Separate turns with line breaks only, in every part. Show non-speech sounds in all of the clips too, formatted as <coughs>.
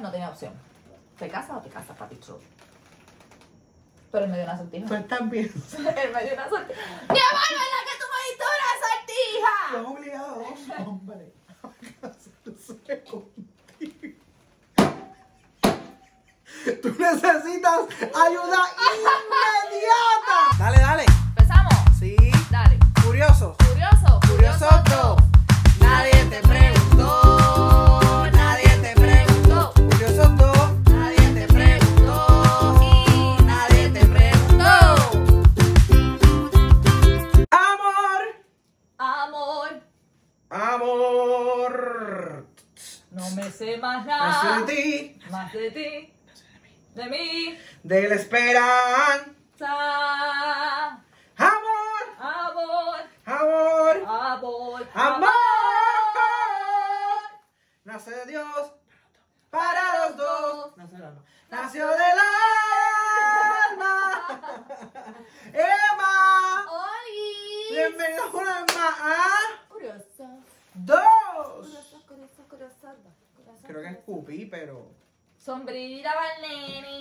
no tenía opción. ¿Te casas o te casas, papi True? Pero él me dio una sortija. <laughs>
Pues también. <laughs>
él me dio una sortija. ¡Mi amor, verdad que tú me diste una sortija!
Los obligados, hombre. Hacerse contigo. <laughs> Tú necesitas ayuda inmediata. Dale, dale.
¿Empezamos?
Sí.
Dale.
Curiosos.
Curioso.
Curiosos
no.
dos. Nadie te
Oh,
preguntó. Nadie te preguntó. Curiosos dos. Nadie te preguntó.
Y
Nadie te preguntó. Amor.
Amor,
Amor.
no me sé más
Nació
nada.
de ti.
Más de ti. De mí.
Del esperan.
Sa-
Amor.
Amor,
Amor.
amor,
Amor. Nace de Dios. Para los dos. Nació del alma. Emma.
Oli.
Bienvenido una vez más a
Curioso,
dos.
curioso, curioso, curioso. curioso,
Creo que
curioso.
escupí, pero.
Sombrillita para el nene.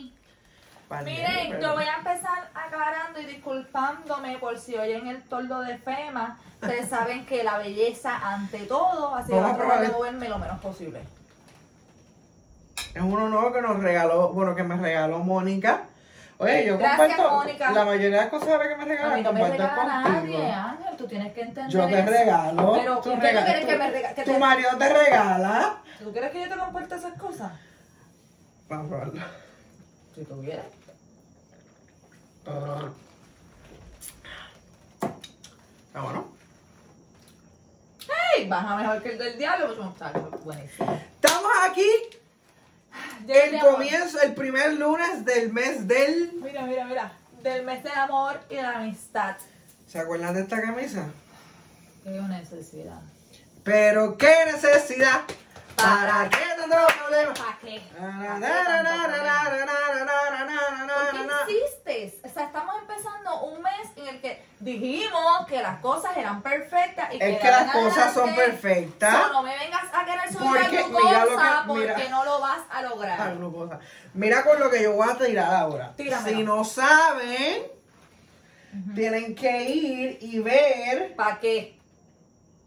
pa'l
Miren,
diablo,
yo
pero-
voy a empezar aclarando y disculpándome por si oyen el tordo de FEMA. Ustedes
<laughs>
saben que la belleza ante todo, así que voy a
Vamos a
tratar de
probar.
moverme lo menos posible.
Es un honor que nos regaló, bueno, que me regaló Mónica. Oye, yo
Gracias,
comparto
Mónica.
la mayoría de las cosas ahora que me
A
regalan,
mí no me
comparto
regala
contigo.
nadie, Ángel, tú tienes que entender
Yo te
eso.
regalo.
Pero,
tú
¿qué tú
rega-
quieres que
tú-
me regale? ¿Que
Tu
te-
marido te regala.
¿Tú crees que yo te comporte esas cosas?
Vamos a probarlo.
Si tuviera.
Ah. Está bueno.
¡Ey! Baja mejor que el del diablo, pues muchacho. Buenísimo.
Estamos aquí
Del
el
amor.
comienzo, el primer lunes del mes del.
Mira, mira, mira. Del mes del amor y la amistad.
¿Se acuerdan de esta camisa?
Qué necesidad.
Pero qué necesidad. ¿Para qué tanto problema?
¿Para qué? ¿Para qué tanto problema? ¿Por
¿Por
qué insistes? O sea, estamos empezando un mes en el que dijimos que las cosas eran perfectas y que
Es que las
eran
cosas son
adelante.
perfectas.
So, no me vengas a querer
Porque,
subir tu
mira lo
cosa
que-
porque
mira.
no lo vas a lograr.
Ah, no, cosa. Mira con lo que yo voy a tirar ahora.
Tíramelo.
Si no saben, tienen que ir y ver
¿Para qué?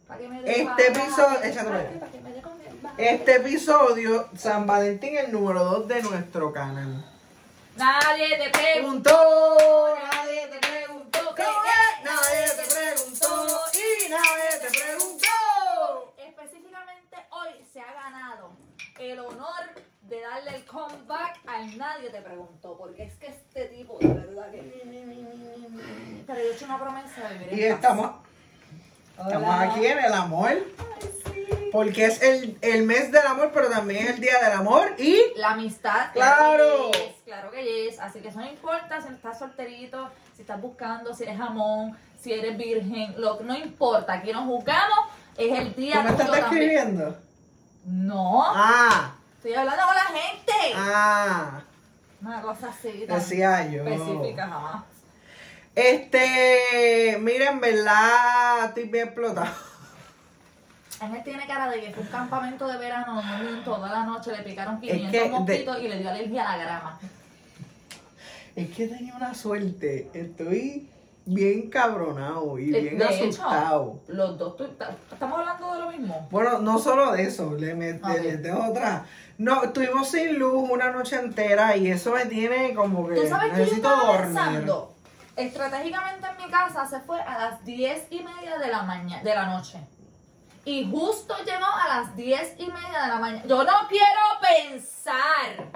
¿Para qué me
Este
dejas?
episodio-
¿Pa' qué?
échatelo
¿Pa'
ahí.
qué? ¿Pa' qué me dejas? ¿Pa' qué?
este episodio, San Valentín, el número 2 de nuestro canal.
Nadie te preguntó,
Preguntó,
nadie te preguntó. ¿qué?
¿cómo es? nadie te preguntó y nadie te preguntó.
Específicamente hoy se ha ganado el honor de darle el comeback al nadie te preguntó, porque es que este tipo de verdad que... Pero yo he hecho una promesa de vivir en
Y
paz.
estamos, estamos
Hola.
aquí en el amor,
Ay, sí.
porque es el, el mes del amor, pero también es el día del amor y...
La amistad.
¡Claro!
que yes, claro que es. Así que eso no importa si estás solterito, si estás buscando, si eres jamón, si eres virgen. Lo, no importa. Aquí nos juzgamos. Es el día
¿Tú me estás
tuyo también.
describiendo?
No.
Ah,
Estoy hablando con la gente.
ah,
Una cosa así. tan
decía yo.
Específica jamás.
Este, miren, ¿verdad? Estoy bien explotado.
Ángel tiene cara de que fue un campamento de verano donde toda la noche le picaron
Es que
500
de-
mosquitos y le dio alergia a la grama.
<laughs> Es que tenía una suerte. Estoy bien cabronado y
De-
bien
de hecho,
asustado.
los dos, tú- estamos hablando de lo mismo.
Bueno, no solo de eso, le met-
Ah, Ok.
le dejo otra. No, estuvimos sin luz una noche entera y eso me tiene como que
¿Tú sabes que yo
necesito
estaba
dormir.
pensando? Estratégicamente en mi casa se fue a las 10 y media de la mañana, de la noche. Y justo llegó a las 10 y media de la mañana. Yo no quiero pensar.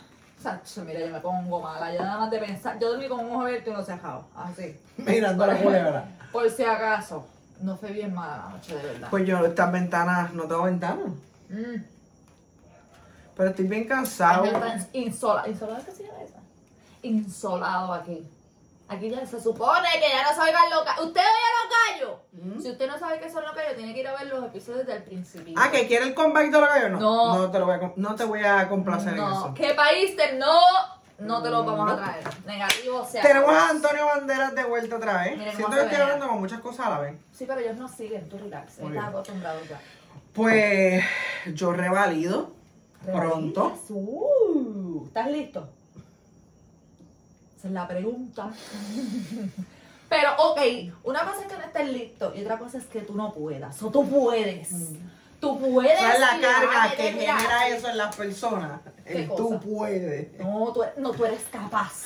<laughs>
Sacho, mira, yo me pongo mala. Yo nada más de pensar. Yo dormí con un ojo abierto y uno cerrado. Así.
Mirando la culebra.
Por si acaso. No fue bien mala la noche, de verdad.
Pues yo, estas ventanas, no tengo ventanas.
Mm.
Pero estoy bien
Ay,
cansado.
me está insola. ¿Insolado qué se llama esa? Insolado aquí. Aquí ya se supone que ya no se oigan los gallos. ¿Usted oye los gallos?
Mm.
Si usted no sabe qué son los gallos, tiene que ir a ver los episodios del principio.
Ah, que quiere el comeback de lo que yo no.
No.
te, lo voy a, com- no te voy a complacer en
No,
eso.
¿qué país te no? No te lo vamos a
No.
traer. Negativo, o sea.
Tenemos a Antonio Banderas de vuelta otra vez.
Miren cómo
Siento
se
que estoy
ve.
hablando con muchas cosas a la vez.
Sí, pero ellos no siguen, tú relax.
Muy
Estás
bien.
acostumbrado ya.
Pues yo revalido pronto.
Relax. Uh, ¿Estás listo? Esa es la pregunta. <laughs> Pero, ok, una cosa es que no estés listo y otra cosa es que tú no puedas. O tú puedes. Tú puedes.
Esa es la
y le vas a
carga que
meter, Mm. mira.
genera eso en las personas.
¿Qué
El tú
cosa?
puedes.
No tú, e-, no, tú eres capaz.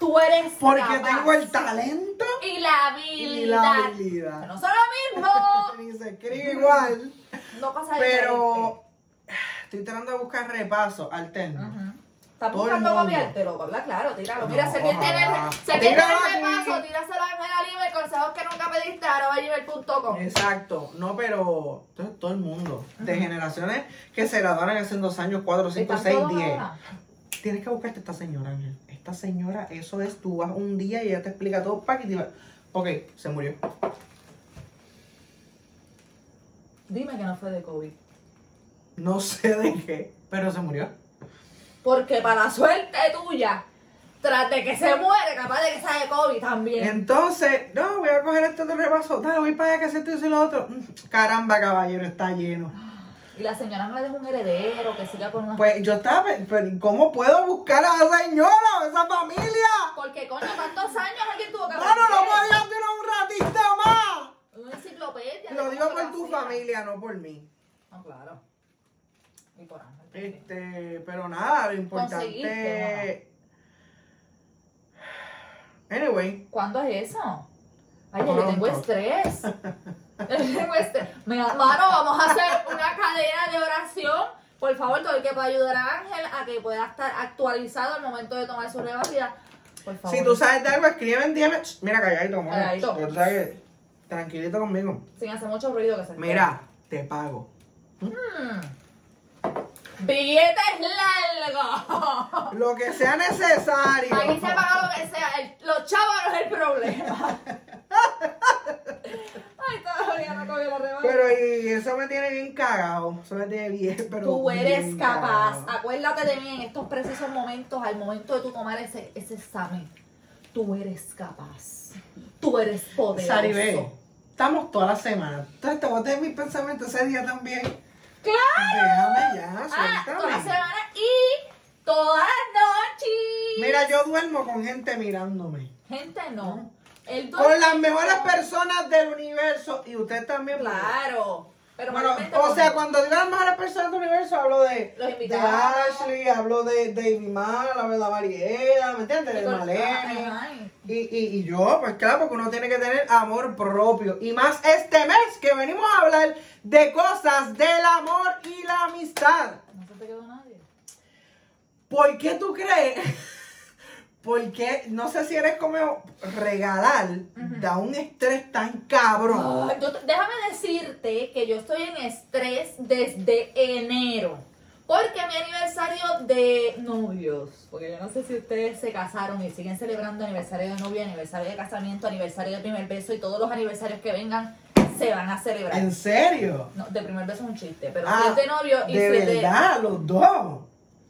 Tú eres
Porque
capaz.
tengo el talento
Y la habilidad.
y la habilidad.
No son lo mismo.
Ni se escribe igual.
No pasa
Pero estoy tratando de buscar repaso alterno.
Está
Todo el
buscando
mundo.
copiártelo, habla claro, tíralo.
No,
Mira, se tiene
ojalá.
el, se tiene
Tíralo
el repaso,
aquí.
tíraselo a Ángela Lima, el consejo que nunca pediste, arroba gmail.com.
Exacto, no, pero entonces todo el mundo, de generaciones que se graduaron hace dos años, cuatro, cinco,
¿Están
seis,
todos
diez.
ahora?
Tienes que buscarte esta señora, Ángel. Esta señora, eso es, tú vas un día y ella te explica todo, pa' que te va- Ok, se murió.
Dime que no fue de COVID.
No sé de qué, pero se murió.
Porque para la suerte tuya, tras de que se muere, capaz de que sea de COVID también.
Entonces, no, voy a coger este otro repaso, dale, voy para allá que hacer esto y hacer lo otro. Mm, Caramba, caballero, está lleno.
Y la señora no le deja un heredero que siga con una...
Pues yo estaba, pe- pero ¿cómo puedo buscar a esa señora, a esa familia?
<laughs> Porque, coño, ¿cuántos años alguien tuvo que
Mano, no
aprender?
podía tirar un ratito más.
Una enciclopedia.
Lo
de
digo
cómo
por tu
se hacía.
familia, no por mí.
Ah, claro. Y por Ángel. también.
Este, pero nada, lo
Conseguiste,
importante. Anyway,
¿Cuándo es eso? Ay, yo
Pronto.
le tengo estrés. <laughs> Le tengo estrés. Me da- Mano, vamos a hacer una cadena de oración. Por favor, todo el que pueda ayudar a Ángel a que pueda estar actualizado al momento de tomar su revalida. Por favor.
si tú sabes de algo, escribe en DM. Ch, Mira, calladito, mano.
Calladito.
Pero tú sabes que- tranquilito conmigo.
Sin hacer mucho ruido que se escuche.
Mira, te pago.
Mm. Billetes largos.
Lo que sea necesario.
Aquí se paga lo que sea. El- los chavos no es el problema.
<laughs>
Ay, todavía no cogió la revalida.
Pero y eso me tiene bien cagado. Eso me tiene bien, pero.
Tú eres
bien
capaz.
cagado.
Acuérdate de mí en estos precisos momentos, al momento de tú tomar ese, ese examen. Tú eres capaz. Tú eres poderoso.
Saribé, estamos toda la semana. Entonces te voy a tener mis pensamientos ese día también.
¡Claro!
Déjame ya,
Ah,
suéltame.
toda la semana y toda la noche.
Mira, yo duermo con gente mirándome.
Gente, no. El
Con las
domingo-
mejores personas del universo. Y usted también.
Claro. Pero
Bueno,
mayormente
o
los-
sea, cuando digo las mejores personas del universo, hablo de,
Los
de
invitados.
Ashley, hablo de David Mal, hablo de la Mariela, ¿me entiendes? De
con-
Malena.
Ajá.
Y, y, y yo, pues claro, porque uno tiene que tener amor propio. Y más este mes que venimos a hablar de cosas del amor y la amistad.
No se te quedó nadie.
¿Por qué tú crees? Porque no sé si eres como regalar da un estrés tan cabrón.
Ay, yo te- déjame decirte que yo estoy en estrés desde enero. Porque mi aniversario de novios, porque yo no sé si ustedes se casaron y siguen celebrando aniversario de novio, aniversario de casamiento, aniversario de primer beso y todos los aniversarios que vengan se van a celebrar.
¿En serio?
No, de primer beso es un chiste, pero
Ah,
si es de novio y
de
si es de...
verdad, los dos.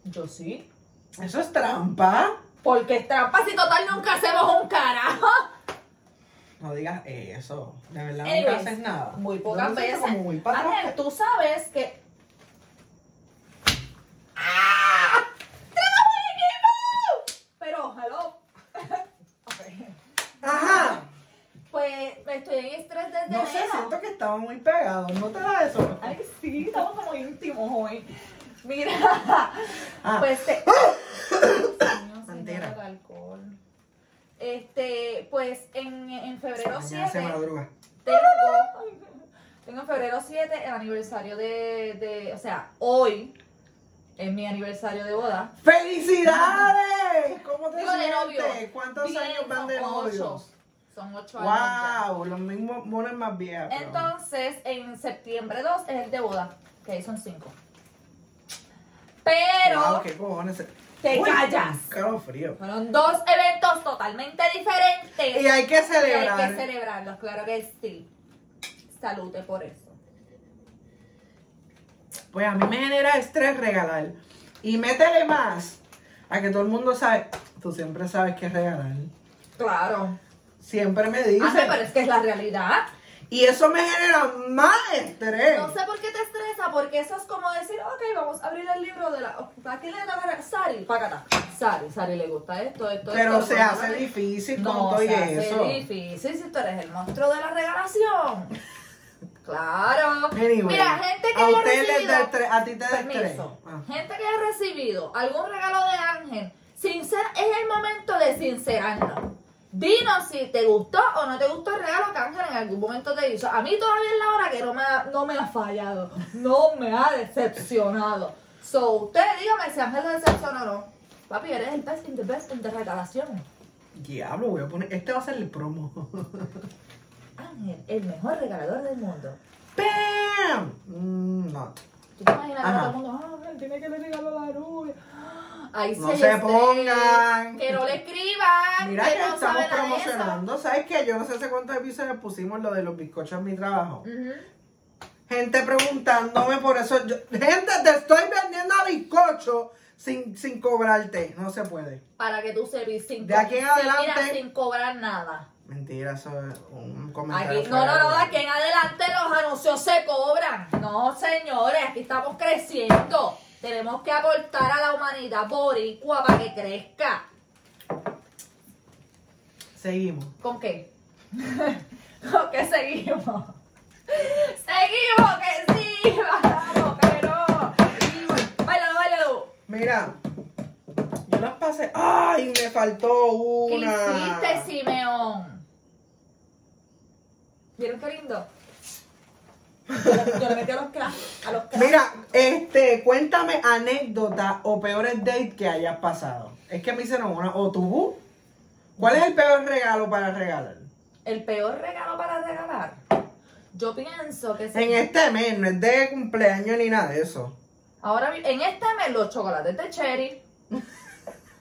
Yo sí.
Eso es trampa.
Porque es trampa, si total nunca hacemos un carajo.
No digas eso. De verdad, nunca
Anyways,
haces nada.
Muy
No
pocas
me siento
veces.
Como muy para
Ángel, tú sabes que.
¡Ah!
Pero, hello. Ok.
Ajá.
Pues estoy en estrés desde
No sé,
enero.
siento que estaba muy pegado. ¿No te da eso?
Ay, sí, estamos como íntimos hoy. Mira,
Ah.
<laughs> pues te... <coughs>
Bandera.
Señor, alcohol. Este, pues en, en febrero
Mañana se
7
madruga.
tengo, tengo en febrero 7 el aniversario de, de, o sea, hoy es mi aniversario de boda.
¡Felicidades! ¿Cómo te
Digo de novio.
sientes? ¿Cuántos
Bien,
años van
son
de
ocho.
novios?
Son 8 años.
¡Wow! Los mismos monos más viejos.
ya. Entonces, en septiembre 2 es el de boda, que ahí son 5. Pero...
Wow, qué cojones.
Te
Uy,
callas.
Caro frío.
Fueron dos eventos totalmente diferentes.
Y hay que
Y hay
celebrar.
que celebrarlos, claro que sí. Salute por eso.
Pues a mí me genera estrés regalar. Y métele más a que todo el mundo sabe. Tú siempre sabes que es regalar.
Claro.
Siempre me
Ah,
dicen.
pero es que es la realidad.
Y eso me genera más estrés.
No sé por qué te estresa, porque eso es como decir, ok, vamos a abrir el libro de la. ¿A quién le toca Sari? Págata. Sari, Sari le gusta esto, esto,
pero
esto,
se
lo
hace
otro".
difícil
No,
con todo y
se hace
eso.
difícil si tú eres el monstruo de la regalación.
<laughs>
Claro.
Anyway,
Mira, gente que
a
haya
usted les da
recibido-
estrés, a ti te da estrés.
Permiso.
Ah.
Gente que ha recibido algún regalo de Ángel, sincer, es el momento de sincerarnos. Dinos si te gustó o no te gustó el regalo que Ángel en algún momento te hizo. A mí todavía es la hora que no me ha, no me ha fallado, no me ha decepcionado. So, usted dígame si Ángel lo decepcionó o no. Papi, eres el best in the best en regalación.
Diablo, voy a poner. Este va a ser el promo.
Ángel, el mejor regalador del mundo.
¡Pam! Mm, not.
¿Tú te imaginas que
Ajá.
todo el mundo, ah, Ángel, tiene que le regaló a la novia? Ahí
No
sí hay
se
estrés,
pongan.
Que no le escriban.
Mira
Ah, que,
que
no
estamos
saben nada de eso.
promocionando. ¿Sabes qué? Yo no sé hace cuántos episodios pusimos lo de los bizcochos en mi trabajo.
Ujú.
Gente preguntándome por eso. yo- gente, te estoy vendiendo bizcocho sin, sin cobrarte. No se puede.
Para que tú se vi- sin,
De aquí en
sin- mira,
adelante.
sin cobrar nada.
Mentira, eso es un comentario.
Aquí, no, no, no, de
fuera de
aquí en adelante los anuncios se cobran. No, señores, aquí estamos creciendo. Tenemos que aportar a la humanidad boricua para que crezca.
Seguimos.
¿Con qué? <laughs> ¿Con qué seguimos? <laughs> Seguimos, que sí, vamos, que no. Báilalo, báilalo.
Mira, yo las pasé. ¡Ay! Me faltó
¿Qué
una.
hiciste, Simeón? ¿Vieron qué lindo? Yo le metí a los cracks, a los cracks.
Mira, este, cuéntame anécdota o peores dates que hayas pasado. Es que me hicieron una. ¿O tú? ¿Cuál es el peor regalo para regalar?
El peor regalo para regalar. Yo pienso que
En
sí.
este mes, no es de cumpleaños ni nada de eso.
Ahora, mi- en este mes los chocolates de cherry. <laughs>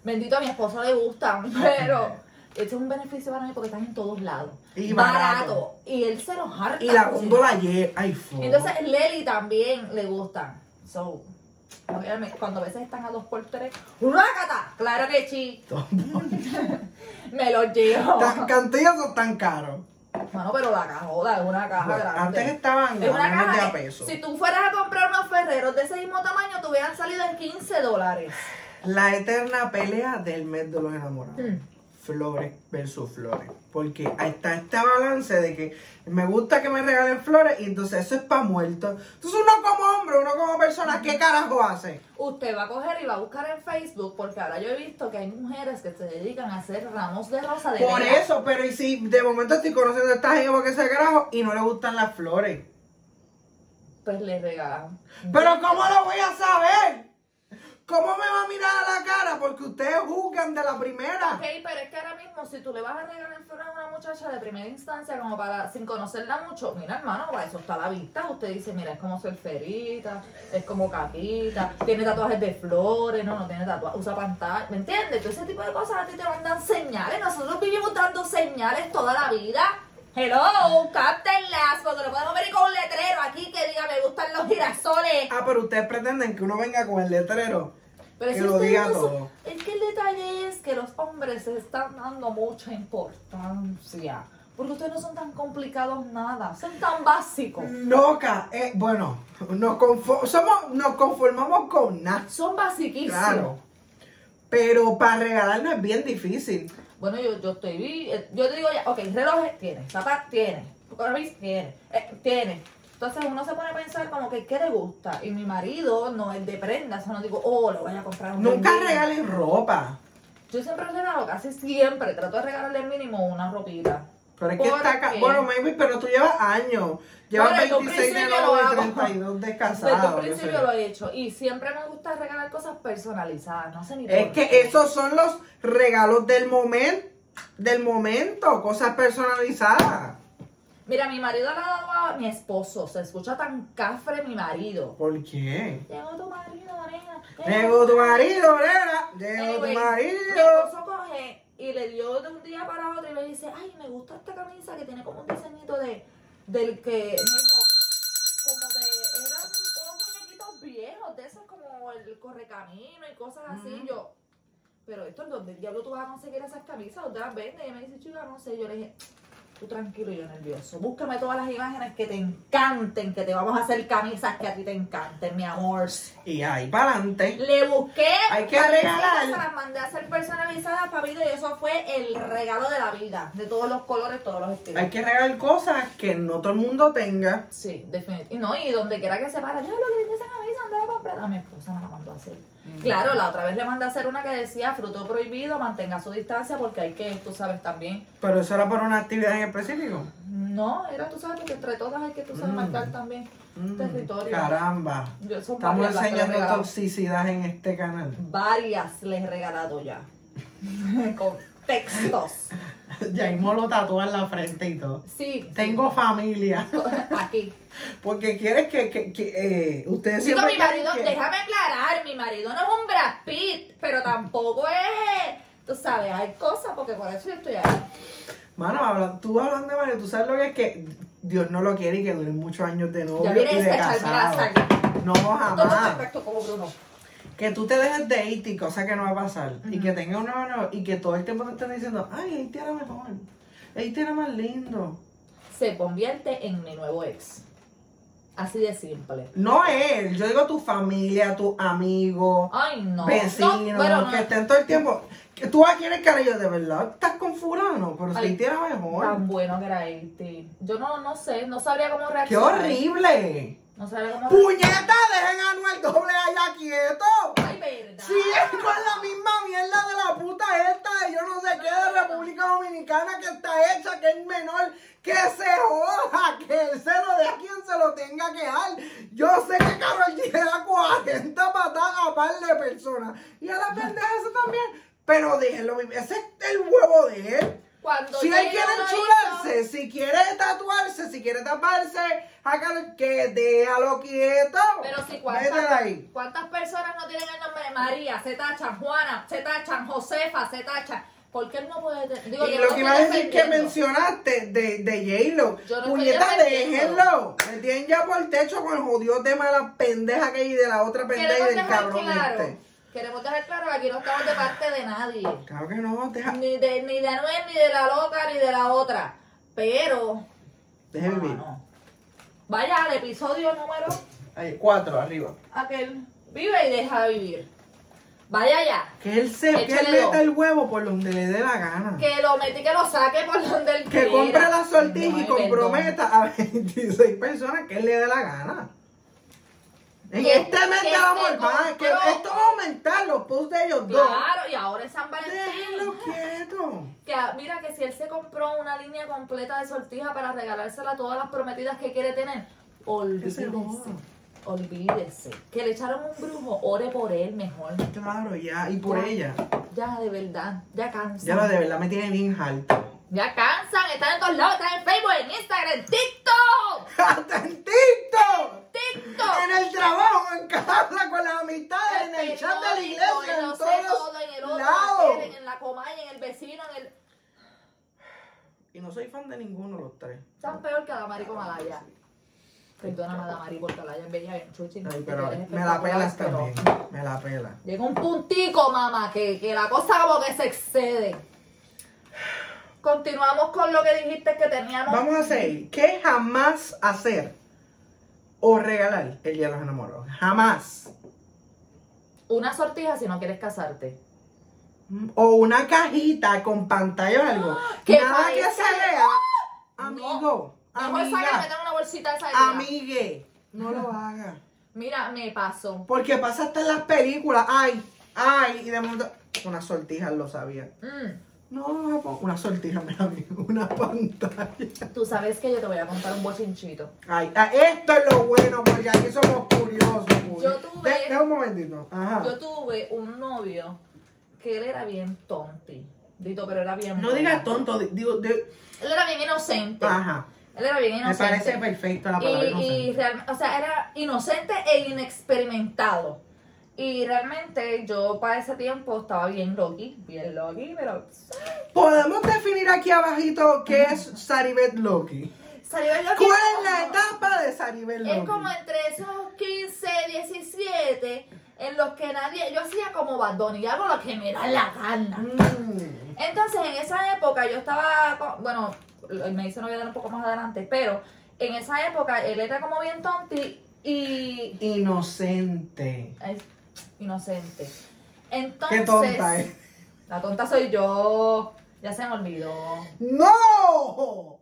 Bendito a mi esposo le gustan, pero este es un beneficio para mí porque están en todos lados.
Y barato.
Y él se los harta.
Y la góndola ayer. Ay, fue.
Ah, Entonces, Leli también le gustan. So, obviamente, cuando a veces están a dos por tres, ¡rácata! Claro que sí, <laughs> me los llevo.
Tan cantillas o tan caros.
Mano, pero la cajoda es una caja
Bueno,
grande.
antes estaban
Es
a
una
menos de
caja
a
que,
peso.
si tú fueras a comprar unos ferreros de ese mismo tamaño, te hubieran salido en 15 dólares.
La eterna pelea del mes de los enamorados.
Mm.
Flores versus flores. Porque ahí está este balance de que me gusta que me regalen flores y entonces eso es para muertos. Entonces uno como hombre, uno como persona, ¿qué carajo hace?
Usted va a coger y va a buscar en Facebook, porque ahora yo he visto que hay mujeres que se dedican a hacer ramos de rosa de
Por
vela.
eso, pero y si de momento estoy conociendo a esta gente porque se carajo y no le gustan las flores.
Pues le regalan.
Pero ¿cómo lo voy a saber? ¿Cómo me va a mirar a la cara? Porque ustedes juzgan de la primera.
Ok, pero es que ahora mismo, si tú le vas a regalar flores a una muchacha de primera instancia, como para, sin conocerla mucho, mira, hermano, para eso está a la vista. Usted dice, mira, es como surferita, es como capita, tiene tatuajes de flores, no, no tiene tatuajes, usa pantalla, ¿me entiendes? Todo ese tipo de cosas a ti te mandan señales. Nosotros vivimos dando señales toda la vida. Hello, captenlas, porque lo podemos ver con un letrero aquí que diga, me gustan los girasoles.
Ah, pero ustedes pretenden que uno venga con el letrero.
Pero
Que
si
lo
ustedes
diga
no son-
todo.
Es que el detalle es que los hombres se están dando mucha importancia. Porque ustedes no son tan complicados nada, son tan básicos.
Loca, eh, bueno, nos, confo- somos, nos conformamos con nada,
Son basiquísimos.
claro. Pero para regalarnos es bien difícil.
Bueno, yo, yo estoy vi- eh, Yo te digo ya, ok, relojes tiene, zapatos tiene, corvis tiene, eh, tiene. Entonces uno se pone a pensar como que qué le gusta. Y mi marido no es de prendas, o no digo, oh, le voy a comprar un
Nunca
mini.
regalen ropa.
Yo siempre regalo, casi siempre, trato de regalarle mínimo una ropita.
Pero es que
¿Por
está acá.
qué?
Bueno, maybe, pero tú llevas años. Llevas
Bueno, desde un
26 de
principio
novio
lo
y
hago.
32 de
Desde un
casado. qué sé
Pues principio
yo.
lo he hecho y siempre me gusta regalar cosas personalizadas, no sé ni
Es
por
que
qué.
esos son los regalos del momento, del momento, cosas personalizadas.
Mira, mi marido le ha dado a mi esposo, se escucha tan cafre mi marido.
¿Por qué?
Llegó tu marido, nena.
Llegó tu marido, nena. Llegó tu
Eh. Anyway, Mi
marido.
esposo coge y le dio de un día para otro y me dice, ay, me gusta esta camisa que tiene como un diseñito de, del que, me dijo, como de, eran unos muñequitos viejos, de esos como el correcamino y cosas así,
Ujú.
yo, pero esto, ¿dónde diablo tú vas a conseguir esas camisas? ¿Dónde las vendes? Y me dice, chica, no sé, yo le dije... Tú tranquilo, yo nervioso. Búscame todas las imágenes que te encanten, que te vamos a hacer camisas que a ti te encanten, mi amor.
Y ahí para adelante.
Le busqué.
Hay que
camisas,
regalar.
Se las mandé a hacer personalizadas, papito, y eso fue el regalo de la vida. De todos los colores, todos los estilos.
Hay que regalar cosas que no todo el mundo tenga.
Sí, definitivamente. Y no, y donde quiera que se para, yo lo que dice esa camisa, anda a comprar. A mi esposa me la mandó a hacer.
Mm.
Claro, la otra vez le mandé a hacer una que decía fruto prohibido, mantenga su distancia porque hay que, tú sabes también.
Pero eso era por una actividad en específico.
No, era tú sabes porque entre todas hay que tú sabes
Mm.
marcar también
Mm,
territorio.
Caramba.
Yo, son
Estamos
varias las que le he
enseñando
regalado.
toxicidad en este <laughs> canal.
Varias les he regalado ya. <laughs> Con textos.
Yaimo lo tatúa en la frente y todo.
Sí.
Tengo familia.
Aquí.
Porque quieres que, que- que, eh, ustedes
Digo,
siempre
mi marido,
quieren que-
déjame aclarar, mi marido no es un Brad Pitt, pero tampoco es, tú sabes, hay cosas, porque por eso yo estoy ahí.
Mano, habla- tú hablando de marido, tú sabes lo que es que Dios no lo quiere y que duren muchos años de novio
Ya
y
vienes
de
a echarme la
casado.
sal.
No,
Todo
jamás.
perfecto como Bruno.
Que tú te dejes de Haití, cosa que no va a pasar. Y
Ujú.
que tengas un nuevo novio y que todo el tiempo te estén diciendo, ay, Haití era mejor. Haití era más lindo.
Se convierte en mi nuevo ex. Así de simple.
No él, yo digo tu familia, tu amigo,
Ay, no.
vecinos,
No, bueno, no.
que estén todo el tiempo. Que tú vas a querer que yo, de verdad, estás con fulano, pero si
Ay,
Haití era mejor.
Tan bueno que era Haití. Yo no, no sé, no sabría cómo
¡Qué
reaccionar.
horrible!
No sabría cómo
¡Puñeta! ¡Dejen a Anuel doble allá quieto!
Ay, verdad.
Si es con la misma mierda de la puta esta de yo no sé qué de República Dominicana que está hecha, que es menor, que se joda, que él se lo dé a quien se lo tenga que dar. Yo sé que Carol G le da 40 patadas a par de personas. Y a la pendeja eso también. Pero déjenlo vivir. Ese es el huevo de él.
Cuando
Si
yo
él
llegué
quiere
a una
enchularse, si quiere tatuarse, si quiere taparse, hágalo que déjalo quieto.
Pero si
Vete de
cuántas,
ahí.
cuántas personas no tienen el nombre de María, se tachan Juana, se tachan Josefa, se tachan. ¿Por qué él no puede tener?
y lo que iba a decir que mencionaste de, de J-Lo,
Yo no estoy
puñeta,
defendiendo.
déjenlo. Me tienen ya por el techo con el jodido tema de la pendeja que hay y de la otra pendeja
Queremos
y del
dejar
cabrón
claro,
este.
queremos dejar claro que aquí no estamos de parte de nadie.
Claro que no, deja,
Ni de, ni de Anuel, ni de la loca, ni de la otra. Pero.
deja vivir.
mano, Vaya al episodio número
Ahí, cuatro, arriba.
aquel. Vive y deja vivir. Vaya allá.
Que él se, que él
Échale
meta el huevo por donde le dé la gana.
Que lo metí, que lo saque por donde él
Que compre la sortija
sortija
y comprometa a 26 personas que él le dé la gana. En
Que-
este mes
que
ya vamos
se
al pan, que
compró.
esto va a aumentar los posts de ellos dos.
Claro, y ahora es San
Déjenlo
Valentín.
quieto.
Que, ah, mira que si él se compró una línea completa de sortija para regalársela a todas las prometidas que quiere tener,
Que se
olvídese.
joda.
Olvídese. Que le echaron un brujo, ore por él mejor.
Claro, ya, y por
Ya.
ella.
Ya, de verdad, ya cansan.
Ya lo de verdad me tiene bien alto. <laughs>
Ya cansan, están en todos lados, están en Facebook, en Instagram, en TikTok.
¡Hasta en TikTok!
TikTok.
En el trabajo, en casa, con las amistades, en el chat de la
periódico, en
iglesia, en
Este, no sé
todos
todo, en el otro, en
lados.
aquel, en la comaya, en el vecino, en el...
Y no soy fan de ninguno de los tres.
Están peor que Adamari con Alaya. Perdóname, Adamari, porque Alaya es bella, bien chuchi.
Ay, pero
eres
me la pelas
espectacular,
también. Me la pelas.
pero Llega un puntico, mamá, que, que la cosa como que se excede. Continuamos con lo que dijiste que teníamos.
Vamos a hacer. ¿Qué jamás hacer o regalar el día de los enamorados? Jamás.
Una sortija si no quieres casarte.
O una cajita con pantalla o algo.
que
Nada que
parece-
se lea.
Ah, No.
Amigo.
Mejor saca y
Amiga.
meter una bolsita de esa. de tela.
Amigue. No lo hagas.
Mira, me pasó.
Porque pasa hasta en las películas. Ay, ay. Y de momento. Unas sortijas lo sabían.
Mm,
No, no, no, una sortija me la vi, una pantalla.
Tú sabes que yo te voy a contar un bochinchito.
Ay, ah, esto es lo bueno, porque aquí somos curiosos. Juli.
Yo tuve-
De- de un momentito. Ajá.
Yo tuve un novio que él era bien tonti. Dito, pero era bien.
No
bobo.
digas Ah. tonto, di- digo, de-
Él era bien inocente.
ajá.
Él era bien
Me
inocente.
parece perfecto la
y,
palabra.
y
inocente.
realme- o sea, era inocente e inexperimentado. Y realmente yo para ese tiempo estaba bien loqui, bien loqui, pero
Podemos definir aquí abajito qué es Saribet Loki.
salió el loqui.
¿Cuál es la etapa de Saribet Loki?
Es como entre esos 15, 17, en los que nadie, yo hacía como Bad Bunny, yo hago lo que me da la gana.
Mm.
Entonces, en esa época yo estaba, con- bueno, me dice no voy a dar un poco más adelante, pero en esa época él era como bien tonti y
Inocente.
es inocente. Entonces,
Qué tonta es.
la tonta soy yo, ya se me olvidó.
¡No!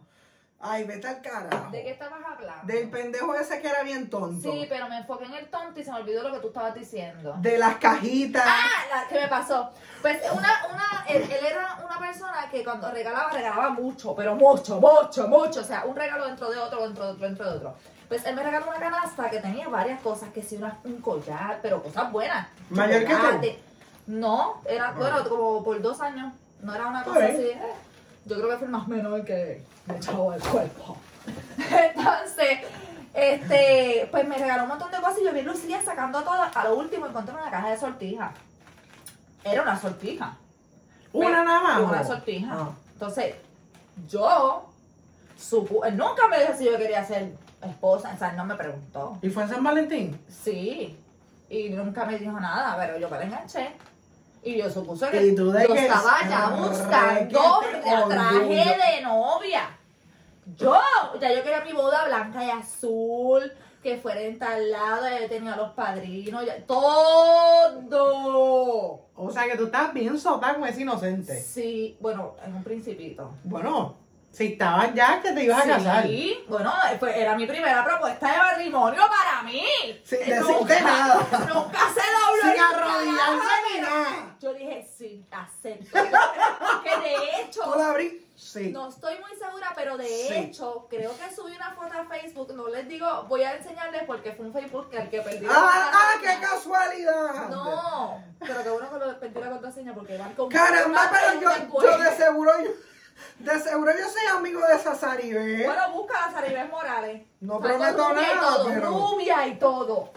Ay, vete al carajo.
¿De qué estabas hablando?
Del pendejo ese que era bien tonto.
Sí, pero me enfoqué en el tonto y se me olvidó lo que tú estabas diciendo.
De las cajitas.
Ah, la que me pasó. Pues una, una, él, él era una persona que cuando regalaba, regalaba mucho, pero mucho, mucho, mucho. O sea, un regalo dentro de otro, dentro de otro, dentro de otro. Pues él me regaló una canasta que tenía varias cosas, que sí, una, un collar, pero cosas buenas.
¿Mayor que tú? Ah.
Chocolate. No, era, bueno, como por dos años. No era una cosa
Ok.
así. eh. Yo creo que fue el más menor que me echaba el cuerpo. <laughs> Entonces, este, pues me regaló un montón de cosas y yo vi a Lucía sacando todo. A lo último encontré una caja de sortija. Era una sortija.
una
Pero-
nada más.
Una Oh.
¿o?
sortija.
Ah.
Entonces, yo supu- él nunca me dijo si yo quería ser esposa. O sea, él no me preguntó.
¿Y fue en San Valentín?
Sí. Y nunca me dijo nada, pero yo me la enganché. Y yo supuse que
¿Y tú de
yo
qué?
estaba ya buscando,
Requete
la
orgullo.
traje de novia. Yo, ya yo quería mi boda blanca y azul, que fuera en tal lado, ya yo tenía los padrinos, ya- todo.
O sea que tú estás bien sota con ese inocente.
Sí, bueno, en un principito.
Bueno, si estabas ya que te ibas a casar.
Sí, bueno, pues era mi primera propuesta de matrimonio para mí.
Sin
Eh,
decirte
nunca-
nada.
Nunca se dobló.
Sin
el
arrodillarse
carajo,
ni
pero
nada.
Yo dije, sí, acepto. que de hecho,
¿Tú la abrí? Sí.
no estoy muy segura, pero de
Sí.
hecho, creo que subí una foto a Facebook. No les digo, voy a enseñarles porque fue un Facebook al que perdí. la
¡Ah, ah, qué
contraseña.
casualidad!
No, pero que uno que lo perdí la contraseña porque van con.
Caramba, pero
van
yo,
con-
yo de seguro yo. De seguro yo soy amigo de esa Saribet.
Bueno, busca a Saribel Morales.
No
Sacó
prometo
rubia y
nada,
todo,
pero-
Rubia y todo.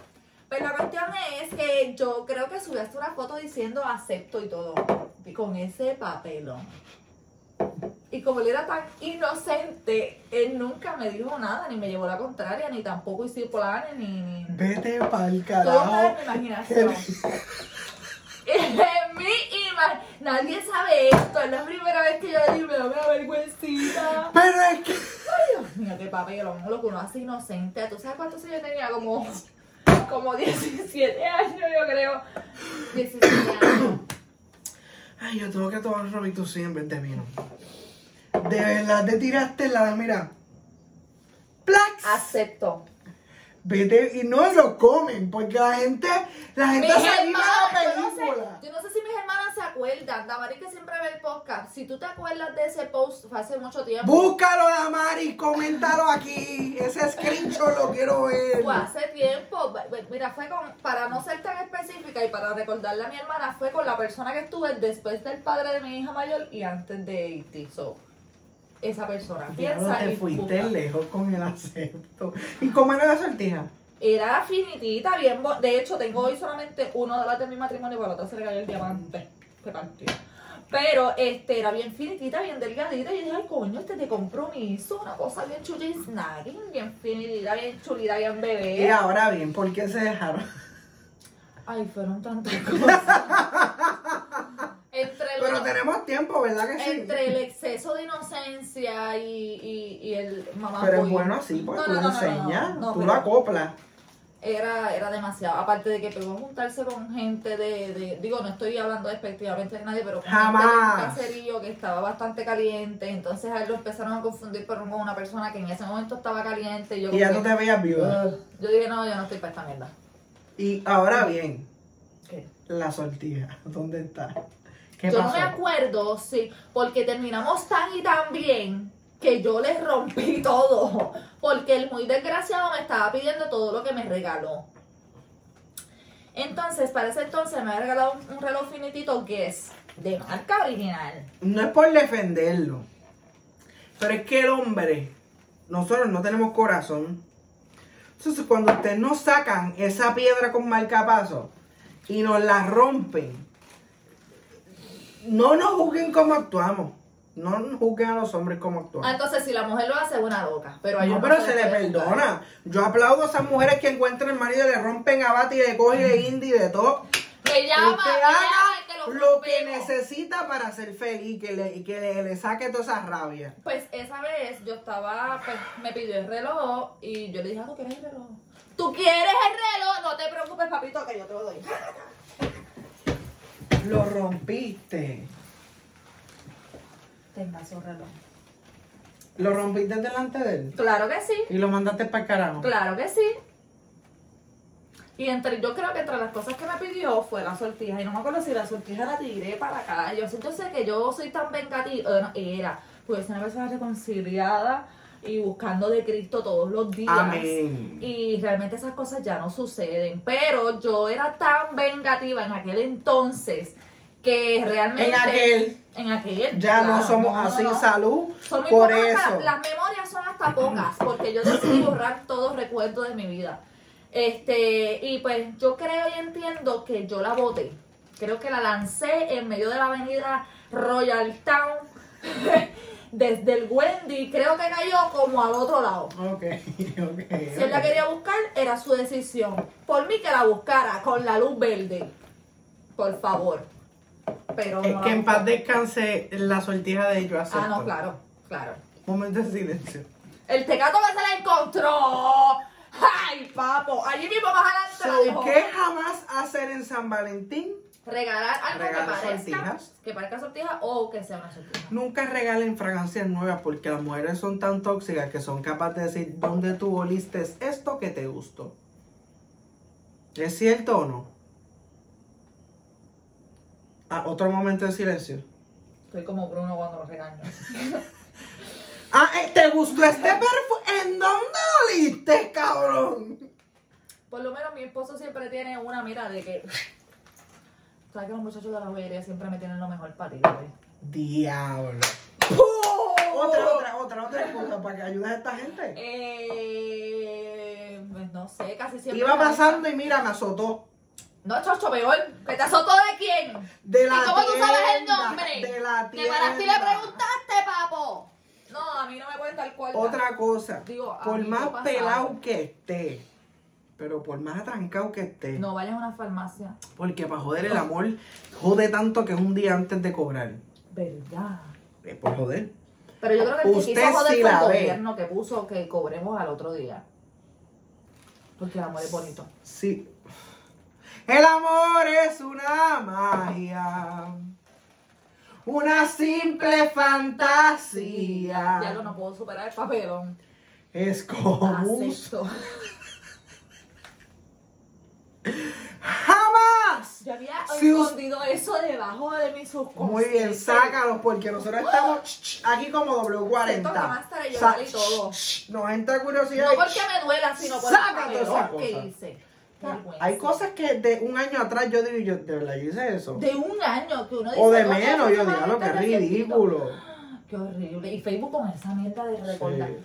Pero la cuestión es que yo creo que subí hasta una foto diciendo acepto y todo. Y con ese papelón. Y como él era tan inocente, él nunca me dijo nada, ni me llevó la contraria, ni tampoco hice planes, ni. ni...
Vete pa'l
Todo está en
carajo.
mi
<laughs>
imaginación. <laughs> En mi imaginación. Nadie sabe esto. Es la primera vez que yo le digo, me da una vergüencita.
Pero es que.
Dios mío, qué papelón, lo que uno hace inocente. ¿Tú sabes cuántos años tenía? Como, como 17 años, yo creo. 17 años.
Ay, yo tengo que tomar Robito siempre en vez de vino. De verdad te tiraste la de, mira. ¡Plax!
Acepto.
Vete y no lo comen, porque la gente, la gente
Mis
se vive la
hermanas, yo no sé-
película.
Yo no sé si mis hermanas se acuerdan. Damari que siempre ve el podcast. Si tú te acuerdas de ese post, fue hace mucho tiempo.
Búscalo, Damari, coméntalo aquí. Ese screenshot lo quiero ver.
Fue hace tiempo. Mira, fue con, para no ser tan específica y para recordarle a mi hermana, fue con la persona que estuve después del padre de mi hija mayor y antes de Haití. So, esa persona.
Diablo,
Piensa
te
y
fuiste
busca.
lejos con el acepto. ¿Y cómo era la sortija?
Era finitita, bien bo- De hecho, tengo hoy solamente uno de las de mi matrimonio, porque la otra se le cayó el diamante. Se partió. Pero este era bien finitita, bien delgadita. Y yo dije, ay, coño, este es de compromiso. Una cosa bien chulla y snacking, bien finitita, bien chulita, bien
Y
bebé.
ahora bien, ¿por qué se dejaron? <laughs>
Ay, fueron tantas cosas. Entre
Pero
los-
te tenemos tiempo, ¿verdad que sí?
entre el exceso de inocencia y, y, y el mamá
Pero es
voy.
bueno así, porque
No,
tú
no,
lo
no, no, no,
enseñas,
no, no,
tú
pero-
lo acoplas.
era, era demasiado. Aparte de que pegó juntarse con gente de, de- digo, no estoy hablando despectivamente de nadie, pero con
Jamás.
gente de un caserío que estaba bastante caliente. Entonces a él lo empezaron a confundir por- con una persona que en ese momento estaba caliente. Y yo,
Y ya tú
como
te veías
que,
viuda.
"Ugh". yo dije, no, yo no estoy para esta mierda.
Y ahora bien,
¿Qué?
la sortija, ¿dónde está? ¿Qué
yo
pasó?
no me acuerdo, sí, porque terminamos tan y tan bien que yo le rompí <laughs> todo, porque el muy desgraciado me estaba pidiendo todo lo que me regaló. Entonces, para ese entonces me había regalado un, un reloj finitito Guess de marca original.
No es por defenderlo, pero es que el hombre, nosotros no tenemos corazón. Entonces, cuando ustedes nos sacan esa piedra con marcapaso y nos la rompen, no nos juzguen como actuamos. No nos juzguen a los hombres como
Ah,
actuamos.
Entonces, si la mujer lo hace, es una loca. Pero a ellos
No, pero
se
se
les
le
puede juzgar.
perdona. Yo aplaudo a esas mujeres que encuentran el marido y le rompen a bati, le coge de indie, de todo.
Que llama,
Usted
que llama y que
haga
lo
lo que
rompemos.
necesita para ser feliz y que le, y que le, le saque toda esa rabia.
Pues esa vez yo estaba, pues, me pidió el reloj y yo le dije, ah, ¿tú quieres el reloj? ¿Tú quieres el reloj? No te preocupes, papito, que yo te lo doy.
Lo rompiste.
Tenga su reloj.
Lo rompiste delante de él.
Claro que sí,
Y lo mandaste para el carajo.
claro que sí. Y entre, yo creo que entre las cosas que me pidió fue la sortija. Y no me acuerdo si la sortija la tiré para acá. Yo, sé- yo sé que yo soy tan vengativa. eh, no, Era, pues una persona reconciliada y buscando de Cristo todos los días.
Amén.
Y realmente esas cosas ya no suceden. Pero yo era tan vengativa en aquel entonces que realmente.
En aquel.
En aquel.
Ya
claro,
no somos
no,
así,
no.
salud.
Son muy
Por
pocas,
eso.
las- las memorias son hasta pocas, porque yo
<clears throat>
decidí borrar todo recuerdo de mi vida. Este, y pues yo creo y entiendo que yo la boté. Creo que la lancé en medio de la avenida Royal Town, <laughs> desde el Wendy, creo que cayó como al otro lado.
Ok, <laughs> ok.
Si él la quería buscar, era su decisión. Por mí que la buscara con la luz verde. Por favor. Pero
Eh,
no
Que
la
en
buscó.
paz descanse la sortija de yo
Ah, no, claro, claro.
Momento de silencio.
El tecato que se la encontró. ¡Ay, papo! Allí mismo más adelante la
So,
dejó.
¿Qué jamás hacer en San Valentín?
Regalar algo
Regalar
que parezca.
sortijas.
Que parezca sortija o que sea una sortija.
Nunca regalen fragancias nuevas porque las mujeres son tan tóxicas que son capaces de decir dónde tú oliste esto que te gustó. ¿Es cierto o no? Ah, otro momento de silencio.
Estoy como Bruno cuando lo regaño.
Ah, eh, ¿te gustó este perfume? ¿En dónde oliste, cabrón?
Por lo menos mi esposo siempre tiene una mira de que. ¿Sabes que los muchachos de la joyería siempre me tienen lo mejor para ti? güey?
Diablo.
Oh.
Otra, otra, otra, otra cosa para que ayudes a esta gente.
Eh, pues no sé, casi siempre.
Iba pasando y mira, me azotó.
No, chocho, peor. ¿Que te azotó de quién?
De la
¿Y cómo tú sabes el
tienda,
nombre?
De la
Que para ti le
tienda.
preguntaste, papo.
No, a mí no me cuenta el cuerpo.
Otra cosa,
Digo, a
por
mí
más
me ha pasado.
pelado que esté, pero por más atrancado que esté,
No vayas a una farmacia.
porque para joder el amor, jode tanto que es un día antes de cobrar.
Verdad.
Eh, por joder.
Pero yo creo que el que
Usted
quiso joder
sí
fue el
la ve.
gobierno que puso que cobremos al otro día. Porque el amor es bonito.
Sí. El amor es una magia. Una simple fantasía.
Ya lo no puedo superar el papelón.
Es como un
Acepto.
jamás.
Yo había
Si us-
escondido eso debajo de mi subconsciente.
Muy bien, sácalos porque nosotros estamos ch, ch, aquí como W40.
Siento que ¡Ah! más tarde yo
Sa-
salí todo.
ch, ch, Nos entra curiosidad.
No
y
porque me duela, sino por el
Sácate esa
papelón que
cosa.
hice. Qué
ch.
vergüenza.
Hay cosas que de un año atrás yo digo, yo, de verdad, yo hice eso.
De un año que uno dice.
o de
"No,
menos,
eso
yo digo, lo que
solamente
es
recientito".
ridículo.
Qué horrible. Y Facebook con esa mierda de recordar.
Sí.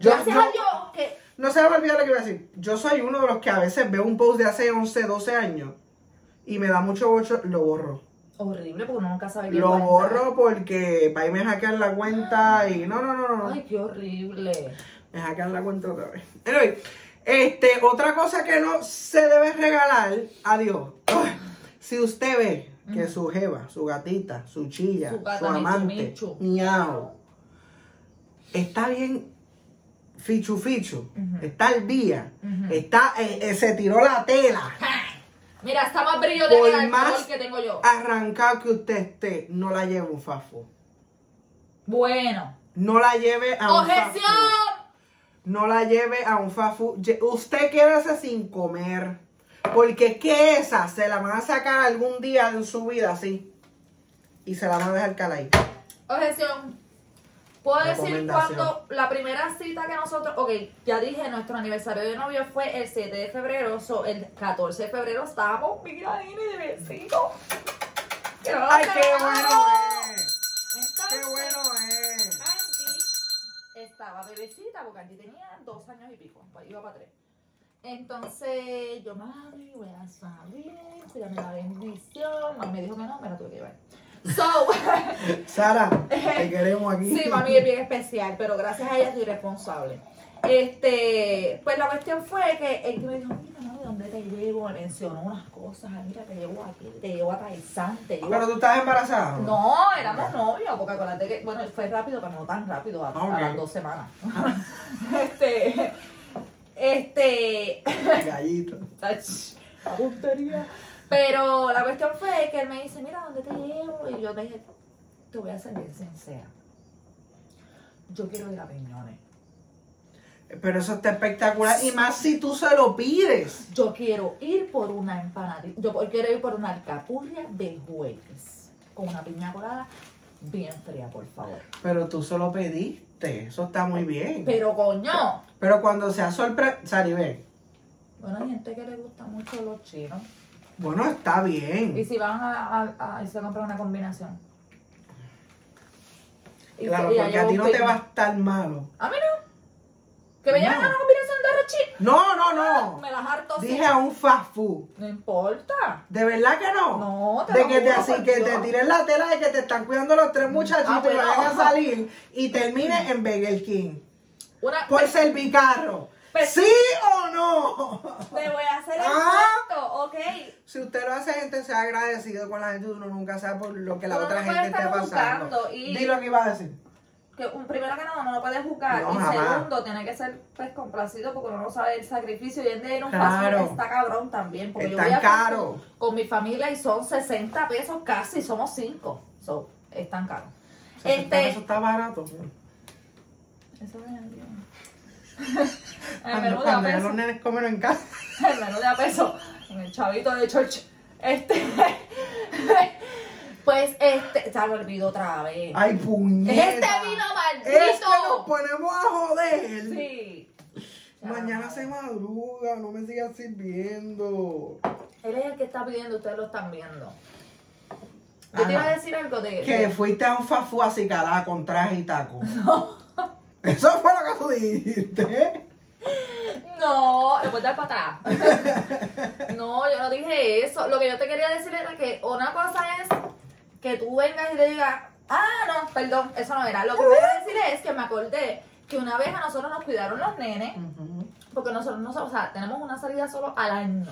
Yo-
Gracias
yo-
a Dios que.
No se me olvida lo que voy a decir. Yo soy uno de los que a veces veo un post de hace 11, 12 años y me da mucho bocho, lo borro.
Horrible, porque uno nunca sabe qué va
Lo
a estar.
borro porque va y me hackean la cuenta y no, no, no, no.
Ay, qué horrible.
Me sacan la cuenta otra vez. Anyway, este, otra cosa que no se debe regalar, adiós. Ay, Si usted ve que su jeva, su gatita, su chilla,
Mm. Su
su,
gata Michu
amante,
Michu.
miau, está bien fichu fichu, está al día, está, eh, eh, se tiró la tela.
Mira, está más brillo de
Por
el
más
más que tengo yo.
arrancado que usted esté, no la lleve un fafo.
Bueno.
No la lleve a un
¡Objeción!
fast food. No la lleve a un fast food. Lle- Usted quédese sin comer. Porque es que esa se la van a sacar algún día en su vida así. Y se la van a dejar calar ahí.
Objeción. Puedo decir
Recomendación.
cuando la primera cita que nosotros, ok, ya dije, nuestro aniversario de novio fue el 7 de febrero, so el 14 de febrero estábamos, mira, Dini, de besito. Que no la
¡Ay, qué
celebramos.
bueno es! ¡Qué
Entonces,
bueno es!
Angie estaba bebecita porque Angie tenía dos años y pico, pues iba para tres. Entonces yo, mami, voy a salir, tirame la bendición. Mami me dijo que no, me la tuve que llevar. So,
Sara, te queremos aquí.
Sí, mami es bien especial, pero gracias a ella soy responsable. Este, pues la cuestión fue que él me dijo, mira, mami, ¿dónde te llevo? Me mencionó unas cosas, mira, te llevo aquí, te llevo a Taizán, te llevo
Pero tú estás embarazada.
No, éramos novios, porque acuérdate que, bueno, fue rápido, pero no tan rápido, a, a
Ah, Ok.
las dos semanas. <laughs> este, este,
Gallito.
Ach, la puntería. Pero la cuestión fue que él me dice, mira, ¿dónde te llevo? Y yo le dije, te voy a ser bien sincera. Yo quiero ir a Peñones.
Pero eso está espectacular. Y más si tú se lo pides.
Yo quiero ir por una empanadita. Yo quiero ir por una alcapurria de jueves. Con una piña colada bien fría, por favor.
Pero tú se lo pediste. Eso está muy bien.
Pero coño.
Pero cuando sea sorpresa, Sari, ve.
Bueno, hay gente que le gusta mucho los chinos.
Bueno, está
Y
bien.
si van a, a, a irse a comprar una combinación. Y
Claro,
se- y
porque
allá
a ti
va
no
un
te
pe-
va a estar malo.
A mí no. Que me lleven
No.
a una combinación de arrochito.
No, no, no.
Ah, Me las harto.
Dije
sí.
a un fast food.
No importa.
¿De verdad que no?
No, te
De
lo
que te
juro
así,
por
que
Dios.
te tiren la tela de que te están cuidando los tres muchachitos
Ah,
y
bueno.
vayan a salir
<laughs>
y termine en Burger King.
Una,
Por servicarro.
Pues-
¿Sí o no? <laughs>
Te voy a hacer el
Ah.
cuento, ok.
Si usted lo hace, gente, sea agradecido con la gente. Uno nunca sabe por lo que la
Uno
otra
no puede
gente esté
estar
pasando.
juzgando y-
Di lo que iba a decir.
Que un, primero que nada, uno no puede juzgar.
No,
y
jamás.
segundo, tiene que ser pues, complacido porque uno no sabe el sacrificio. Y en día en un
Claro.
paso está cabrón también. Porque yo
Están
voy a
caro.
con, con mi familia y son 60 pesos casi, somos 5. So, es tan caro. Este,
Eso está barato.
Eso es el guión. El
<laughs> Cuando,
menú de a
cuando ya
peso.
los nenes comen en casa.
El menú de a peso. Con El chavito de church. Este. <laughs> Pues este. Se me olvidó otra vez.
Ay, Este puñeta.
Este vino
Es que nos
maldito.
ponemos a joder.
Sí.
Mañana se madruga, no me sigas sirviendo.
Él es el que está pidiendo, ustedes lo están viendo. Yo
Ajá.
te iba a decir algo de.
Que fuiste a un fafú así calada con traje y taco. <laughs> Eso fue lo que tú dijiste.
No, le voy a dar para atrás. No, yo no dije eso. Lo que yo te quería decir era que una cosa es que tú vengas y le digas, ah, no, perdón, eso no era. Lo que voy a decir es que me acordé que una vez a nosotros nos cuidaron los nenes, porque nosotros, no o sea, tenemos una salida solo al año.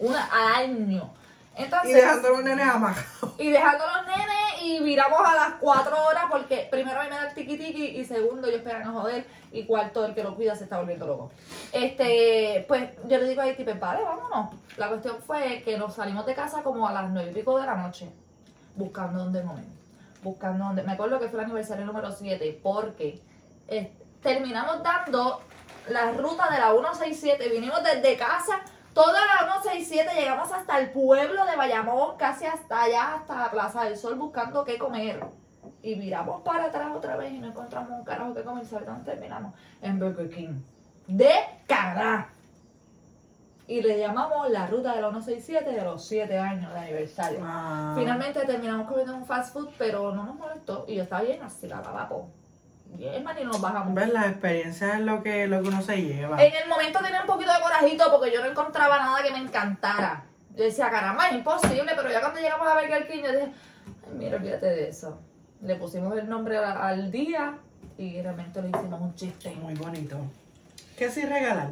Una al año. Entonces,
Y dejando a los nenes amajados.
y dejando los nenes y viramos a las 4 horas porque primero a mí me da el tiki y segundo yo esperan a joder y cuarto el que lo cuida se está volviendo loco. Este, pues yo le digo a Iti, pues vale, vámonos. La cuestión fue que nos salimos de casa como a las 9 y pico de la noche buscando dónde comer, buscando dónde. Me acuerdo que fue el aniversario número 7 porque eh, terminamos dando la ruta de la 167, vinimos desde casa, toda la 167, llegamos hasta el pueblo de Bayamón, casi hasta allá, hasta la Plaza del Sol, buscando qué comer. Y miramos para atrás otra vez y no encontramos un carajo que comer, ¿sabes dónde terminamos? En Burger King. De cara. Y le llamamos la ruta de la 167 de los 7 años de aniversario. Ah. Finalmente terminamos comiendo un fast food, pero no nos molestó. Y yo estaba bien así, la papo. Bien, man, y nos bajamos.
¿Ves? La experiencia es lo que, lo que uno se lleva.
En el momento tenía un poquito de corajito porque yo no encontraba nada que me encantara. Yo decía, caramba, es imposible, pero ya cuando llegamos a Burger King, yo dije, "Ay, mira, olvídate de eso. Le pusimos el nombre a- al día y realmente le hicimos un chiste.
Muy bonito. ¿Qué sí regalar?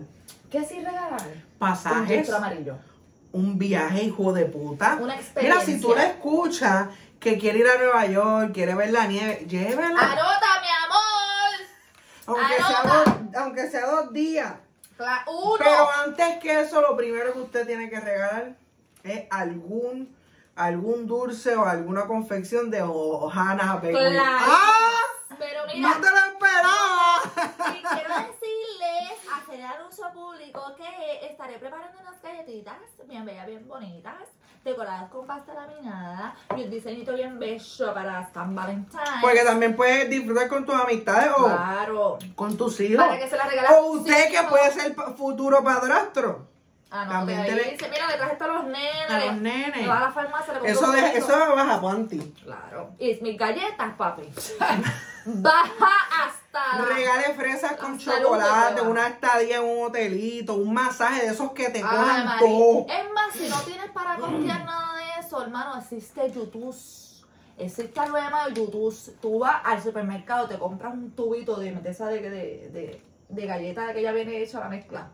¿Qué sí regalar? Un
Pasajes.
gesto amarillo.
un viaje, hijo de puta.
Una
Mira, si tú
experiencia.
la escuchas que quiere ir a Nueva York, quiere ver la nieve,
Ah,
llévela.
Anota, mi amor.
Aunque sea, dos, aunque sea dos días.
Cla- Uno.
Pero antes que eso, lo primero que usted tiene que regalar es algún algún dulce o alguna confección de Ohana Bakery.
Claro.
¡Ah!
Pero
¡No
mira,
te lo esperaba!
Y quiero decirles, hacer anuncio público, que estaré preparando unas galletitas bien bellas, bien bonitas, decoradas con pasta laminada y un diseñito bien bello para San Valentín.
Porque también puedes disfrutar con tus amistades o
claro.
con tus hijos.
Para que se la regalen.
O usted que puede ser pa- futuro padrastro.
Ah, no,
También
porque
te
ahí
le-
dice, mira, le traje esto a los nenes.
A los
le-
nenes.
le va a la farmacia, le
Eso,
de,
deja, eso baja panty.
Claro. Y mis galletas, papi. <laughs> Baja hasta... la-
Regale fresas con
Hasta el
chocolate,
último, ¿no?
una estadía en un hotelito, un masaje de esos que te
Ay,
cojan
Mari.
todo.
Es más, si no tienes para costear nada de eso, hermano, existe YouTube. Existe algo llamado YouTube. Tú vas al supermercado, te compras un tubito de de esa de, de, de, de galleta que ya viene hecha la mezcla.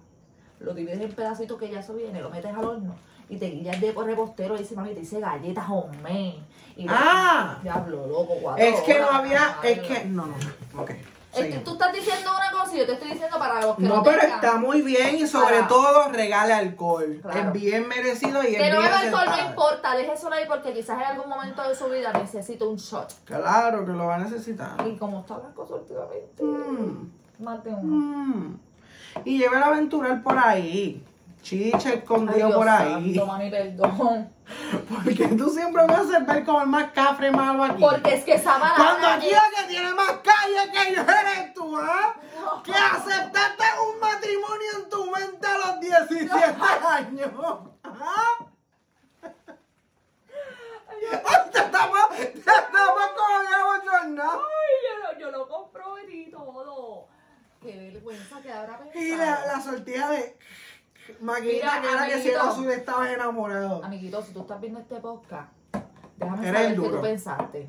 Lo divides en pedacitos que ya eso viene, lo metes al horno y te guías de por repostero y dice, mami, te dice galletas homemade. Y
Ah.
Diablo, loco, cuatro
Es que no
horas,
había,
madre.
es que, no, no, no, ok.
Es que
seguimos.
tú estás diciendo una cosa y yo te estoy diciendo para los que no,
No, pero
tengan.
está muy bien y sobre
Ah.
todo regale alcohol.
Claro.
Es bien merecido y es
Que no
bien
beba alcohol, no
aceptado.
importa, deje eso ahí porque quizás en algún momento de su vida necesita un shot.
Claro que lo va a necesitar.
Y como están las cosas últimamente,
Mm,
mate uno.
mm. Y lleve el aventural por ahí. Chiche
Ay,
escondido
Dios
por ahí. <laughs>
santo, mami, perdón.
Porque tú siempre me haces ver como el más cafre malo aquí.
Porque es que esa mala
Cuando
gana
aquí
es-
el que tiene más calle que yo eres tú, ¿ah? Que aceptaste un matrimonio en tu mente a los 17 <laughs> años. ¿Ah? Ay, te tapas, te tapas con el bochornado.
Ay, yo lo, yo lo compro y todo. Qué vergüenza que habrá pensado.
Y la, la sortija de maquinita
Mira,
que era que
amiguito.
cielo azul estabas enamorado.
Amiguito, si tú estás viendo este podcast, déjame
Eres
saber qué
duro.
tú pensaste.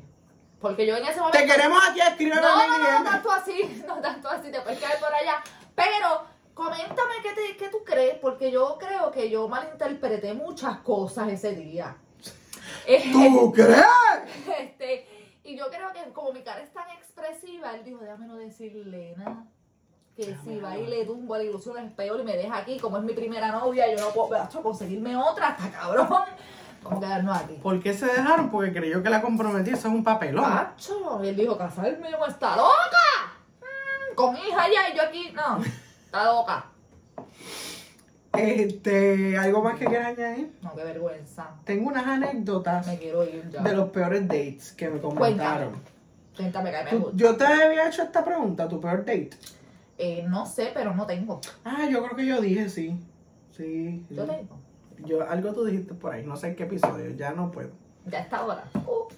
Porque yo en ese momento...
Te queremos aquí,
No,
escríbenos
no,
en
no,
el
no
DM.
tanto así, <laughs> no tanto así, te puedes caer por allá. Pero coméntame qué, te, qué tú crees, porque yo creo que yo malinterpreté muchas cosas ese día. Eh,
¿Tú crees?
<laughs> este, y yo creo que como mi cara es tan expresiva, él dijo, déjame no decirle nada. Que si va y le tumbo a la ilusión es peor y me deja aquí, como es mi primera novia, yo no puedo macho, conseguirme otra, hasta cabrón. Vamos a quedarnos aquí.
¿Por qué se dejaron? Porque creyó que la comprometí. Eso es un papelón.
Pacho, él dijo casarme con esta loca. Mm, con hija ya y yo aquí, no, está loca.
Este, ¿algo más que quieras añadir?
No, qué vergüenza.
Tengo unas anécdotas
Me quiero ir ya.
de los peores dates que me comentaron.
Cuéntame que me
Tú-
gusta.
yo te había hecho esta pregunta, tu peor date.
Eh, no sé, pero no tengo.
Ah, yo creo que yo dije sí. Sí.
Yo tengo.
Yo, algo tú dijiste por ahí, no sé en qué episodio, ya no puedo.
Ya está ahora. Uh,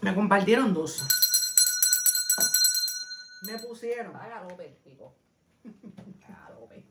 Me compartieron dos. Me pusieron.
paga López, pico. Paga López.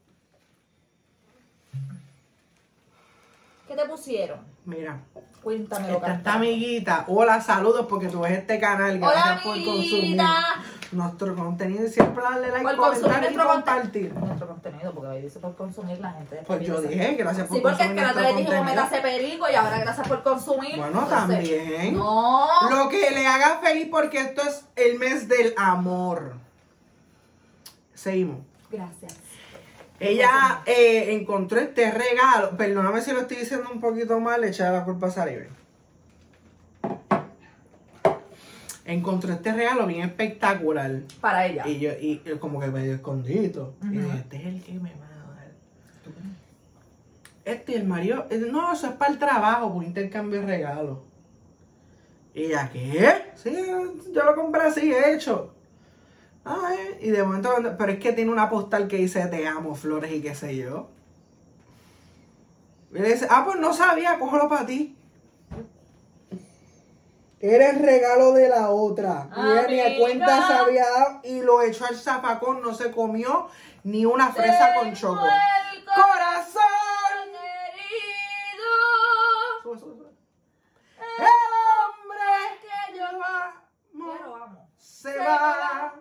¿Qué te pusieron?
Mira,
Cuéntame
esta, esta amiguita. Hola, saludos porque tú ves este canal.
Hola,
Gracias por consumir
amiguita.
nuestro contenido y siempre darle like,
Por consumir
comentar y
nuestro conte-
compartir.
Nuestro contenido, porque ahí dice por consumir la gente.
Pues yo
piensa.
dije, gracias por
Sí, porque es que
consumir
la otra
nuestro
vez dijimos me
contenido.
hace perico y ahora gracias por consumir.
Bueno,
Entonces,
también.
No.
Lo que le haga feliz porque esto es el mes del amor. Seguimos.
Gracias.
Ella eh, encontró este regalo. Perdóname si lo estoy diciendo un poquito mal, le echaba la culpa a Saribe. Encontró este regalo bien espectacular.
Para ella.
Y yo, y, y como que medio escondido. Y
Ujú.
dije, este es el que me va a dar. Este y el marido. eh, No, eso es para el trabajo, por intercambio de regalos. Y ella, ¿qué? Sí, yo lo compré así, hecho. Ay, y de momento, cuando- pero es que tiene una postal que dice te amo, flores y qué sé yo. Y le dice, ah, pues no sabía, cógelo para ti. Era el regalo de la otra. Ni ella ni a
Amiga.
cuenta se había dado y lo echó al zapacón, no se comió ni una fresa con choco.
El
¡Corazón!
corazón herido
Sube, sube, sube. El hombre
que yo
amo
quiero, amo.
se va.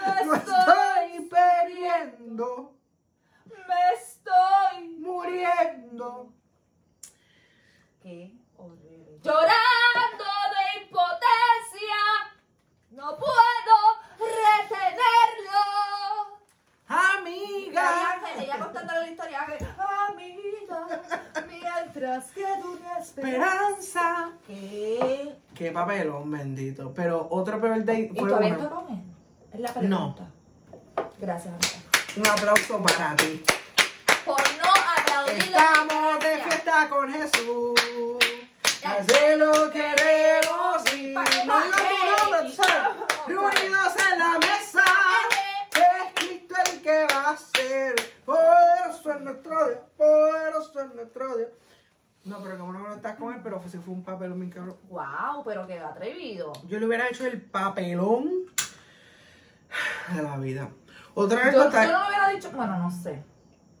Me
Lo
estoy,
estoy perdiendo.
me estoy ¿Qué?
Qué papelón, bendito. Pero otro birthday
¿Y
fue
todavía
uno.
está comiendo? Es la pregunta. No. Gracias. amiga.
Un aplauso para ti.
Por no aplaudir
Estamos de fiesta con Jesús. Hace lo que queremos y no digo tu nombre, tú sabes. Reunidos en la mesa. Es Cristo el que va a ser. Poderoso es nuestro Dios. Poderoso es nuestro Dios. No, pero como no estás con él, pero si fue un papelón bien cabrón.
Wow, pero qué atrevido.
Yo le hubiera hecho el papelón de la vida. Otra
Yo, yo
anécdota
no lo hubiera dicho, bueno, no sé.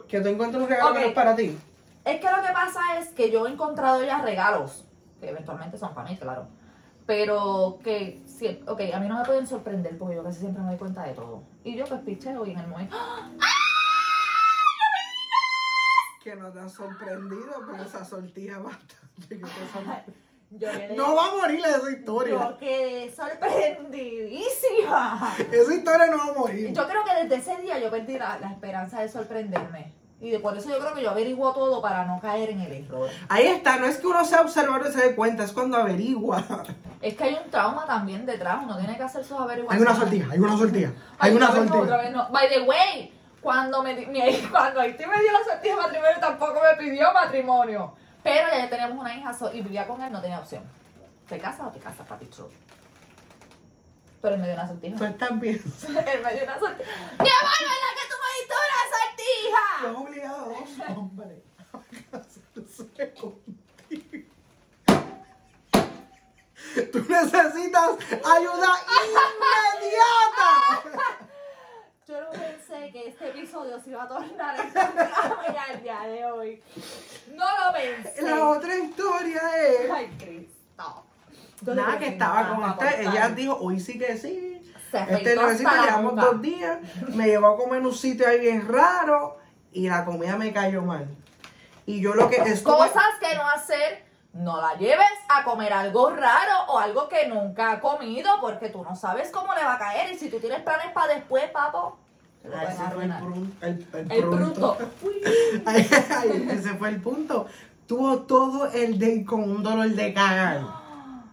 que tú encuentras un regalo que no es
Ok.
para ti.
Es que lo que pasa es que yo he encontrado ya regalos, que eventualmente son para mí, claro. Pero que, sí, ok, a mí no me pueden sorprender porque yo casi siempre me doy cuenta de todo. Y yo pues picheo y en el momento... ¡Ah!
Que nos han sorprendido con esa sortija bastante. que te
<laughs>
son-
Yo quedé,
No va a morir esa historia.
yo quedé sorprendidísima.
Esa historia no va a morir.
Yo creo que desde ese día yo perdí la, la esperanza de sorprenderme. Y de- por eso yo creo que yo averiguo todo para no caer en el error.
Ahí está, no es que uno sea observador y se dé cuenta, es
<laughs>
cuando averigua.
Es que hay un trauma también detrás, uno tiene que hacer sus
Hay
averiguaciones.
una sortija, hay una sortija, hay
Ay,
una
otra vez no, otra
sortija.
vez no. By the way, cuando me, di- mi- <laughs> cuando Haití me dio la sortija de matrimonio, tampoco me pidió matrimonio. Pero ya teníamos una hija so- y vivía con él, no tenía opción. ¿Te casas o te casas, papi True? Pero él me dio una sortija.
Tú estás bien. <laughs>
<laughs> él me dio una sortija. ¡Mi amor, verdad que tú me diste una sortija!
Los obligados, hombre. <laughs> a casarse contigo. Tú necesitas ayuda
<laughs>
inmediata.
Yo no pensé que este episodio se iba a tornar en drama y al día de hoy. No lo pensé.
La otra historia es.
Ay, Cristo. Yo no
Nada,
creo
que estaba
nada
con
para
este.
contar.
Ella dijo, hoy sí que sí.
Se
Este
afeitó
necesita,
hasta la
llevamos
nuca.
dos días. Me llevó a comer en un sitio ahí bien raro y la comida me cayó mal. Y yo lo que estuve.
Cosas que no hacer. No la lleves a comer algo raro o algo que nunca ha comido porque tú no sabes cómo le va a caer. Y si tú tienes planes para después, papo, te lo
Ah,
pueden
ese fue el,
arruinar.
prun- el, el
El
prunto.
bruto.
Ay, ay, ese fue el punto. Tuvo todo el day con un dolor de cagar.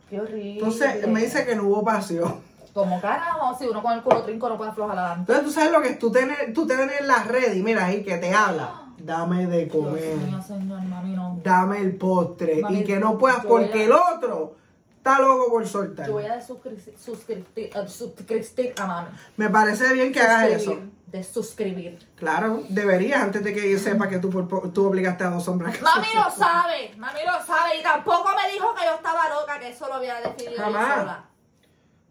Qué horrible.
Entonces me dice que no hubo pasión.
Como carajo, si uno con el culo trinco no puede aflojar la danta.
Entonces tú sabes lo que es tú tener, tú tener en la red y mira ahí que te habla. Dame de comer.
Dios mío, señor, mami, no.
Dame el postre.
Mami,
y que no puedas
yo voy
porque
a-
el otro está loco por soltar.
Yo voy a desuscribir- suscribir, eh, suscribir a mami.
Me parece bien que hagas eso.
Suscribir, De suscribir.
Claro, deberías antes de que sepa que tú, por- tú obligaste a dos hombres a
Mami
casarse.
lo sabe, mami lo sabe. Y tampoco me dijo que yo estaba loca, que eso lo había decidido
Jamás.
yo sola.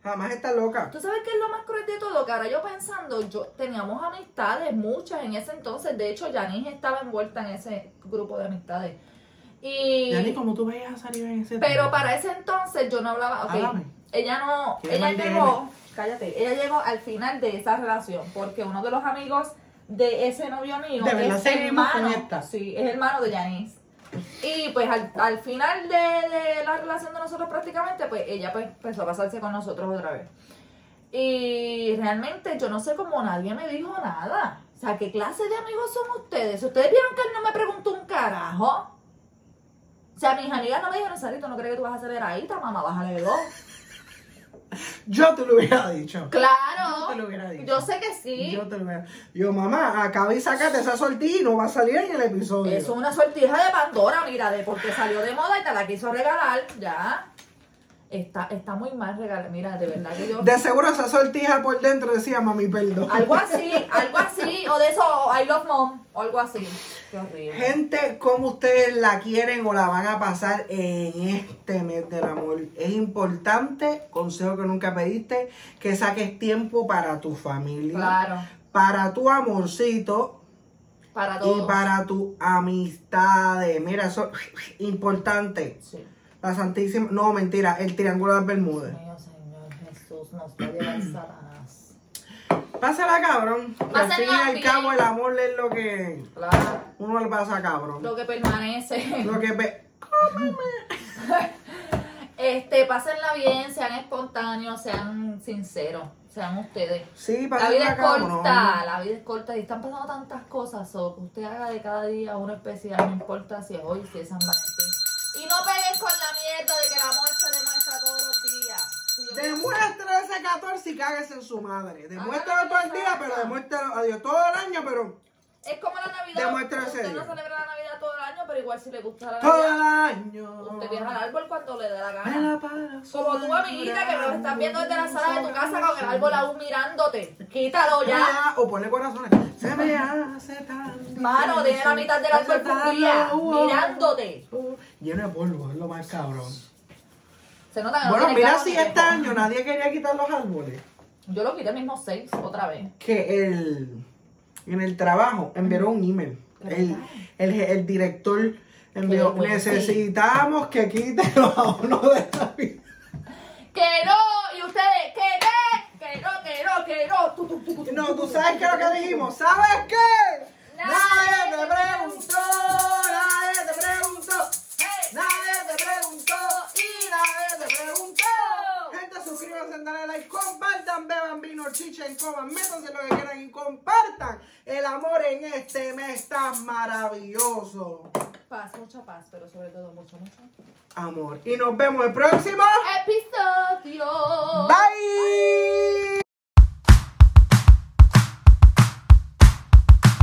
Jamás estás loca.
¿Tú sabes qué es lo más cruel de todo? Que ahora yo pensando, yo teníamos amistades, muchas en ese entonces. De hecho, Janice estaba envuelta en ese grupo de amistades. Y...
Ya ni como tú veías a salir en ese
Pero
tema.
para ese entonces yo no hablaba. ok,
Háblame.
Ella no.
Qué
Ella
mal viene.
llegó. Cállate. Ella llegó al final de esa relación. Porque uno de los amigos de ese novio mío.
De verdad,
es
seguimos con
hermano,
esta.
Sí, es hermano de Janice. Y pues al, al final de, de la relación de nosotros prácticamente, pues ella pues empezó a pasarse con nosotros otra vez. Y realmente yo no sé cómo nadie me dijo nada. O sea, ¿qué clase de amigos son ustedes? ¿Ustedes vieron que él no me preguntó un carajo? O sea, mis amigas no me dijeron, Sarito, ¿no crees que tú vas a hacer ahí? mamá, bájale dos.
Yo te lo hubiera dicho. Yo te lo
Claro.
hubiera dicho.
Yo sé que sí.
Yo te lo hubiera Yo, mamá, acabé y sacate esa sortija y no va a salir en el episodio.
Eso es una sortija de Pandora, mira, de porque salió de moda y te la quiso regalar, ya. Está, está muy mal regalar, mira, de verdad que yo...
De seguro esa sortija por dentro decía, mami, perdón.
Algo así, algo así, o de eso, o I love mom, o algo así. Qué horrible.
Gente, como ustedes la quieren o la van a pasar en este mes del amor? Es importante, consejo que nunca pediste, que saques tiempo para tu familia,
Claro,
para tu amorcito
para
y
todos.
para tus amistades. Mira, eso es importante.
Sí.
La Santísima, no, mentira, el Triángulo de las Bermudas.
Mío, Señor Jesús, nos va a llevar Satanás.
Pásala, cabrón. que al fin
Pásenla
y al
bien.
cabo, el amor es lo que
Claro,
uno le pasa, cabrón.
lo que permanece.
Lo que ve.
Este, pásenla bien, sean espontáneos, sean sinceros, sean ustedes.
Sí,
La
pásenla,
vida es
cabrón.
corta, la vida es corta y están pasando tantas cosas. O que usted haga de cada día uno especial, no importa si es hoy, si es San Valentín. Y no peguen con la mierda de que el amor
14 y cáguese en su madre. Demuéstralo
Hágalo
todo el día,
exacto.
pero demuéstralo a Dios todo el año, pero
Es como la Navidad.
Demuestra ese
Usted no
día.
celebra la Navidad todo el año, pero igual si le gusta la
todo
Navidad,
el año.
usted viaja al árbol cuando le da la
Me
gana.
la paso
Como tu amiguita que nos estás viendo desde la sala de tu casa con el árbol
llorando.
aún mirándote. Quítalo ya.
Ah, O ponle corazones. Se me hace tan.
Mano,
difícil
tiene la mitad del árbol fundida,
aceptarlo.
mirándote.
Lleno de polvo, es lo más cabrón.
Se nota que no
Bueno,
tiene
mira
carro
si
ni
este
tiempo.
año nadie quería quitar los árboles.
Yo lo quité mismo seis otra vez.
que el, en el trabajo enviaron un email. El, el, el director envió,
Qué bueno, sí.
necesitamos que quiten los abonos de Navidad.
¡Que no! Y ustedes, ¡que qué! ¡Que no, que no, que no! Tu, tu, tu, tu,
No,
tu,
tú
tu,
sabes
tu,
qué es
tu,
lo que
tu,
dijimos. ¿Sabes qué? Nadie
Nadie
te
te
preguntó, nadie te preguntó,
¡Hey!
nadie te preguntó y nadie te preguntó. Gente, suscríbanse, dale like, compartan, beban vino, chichen, coman, métanse lo que quieran y compartan. El amor en este mes tan maravilloso.
Paz, mucha paz, pero sobre todo mucho, mucho.
amor. Y nos vemos el próximo.
Episodio.
Bye.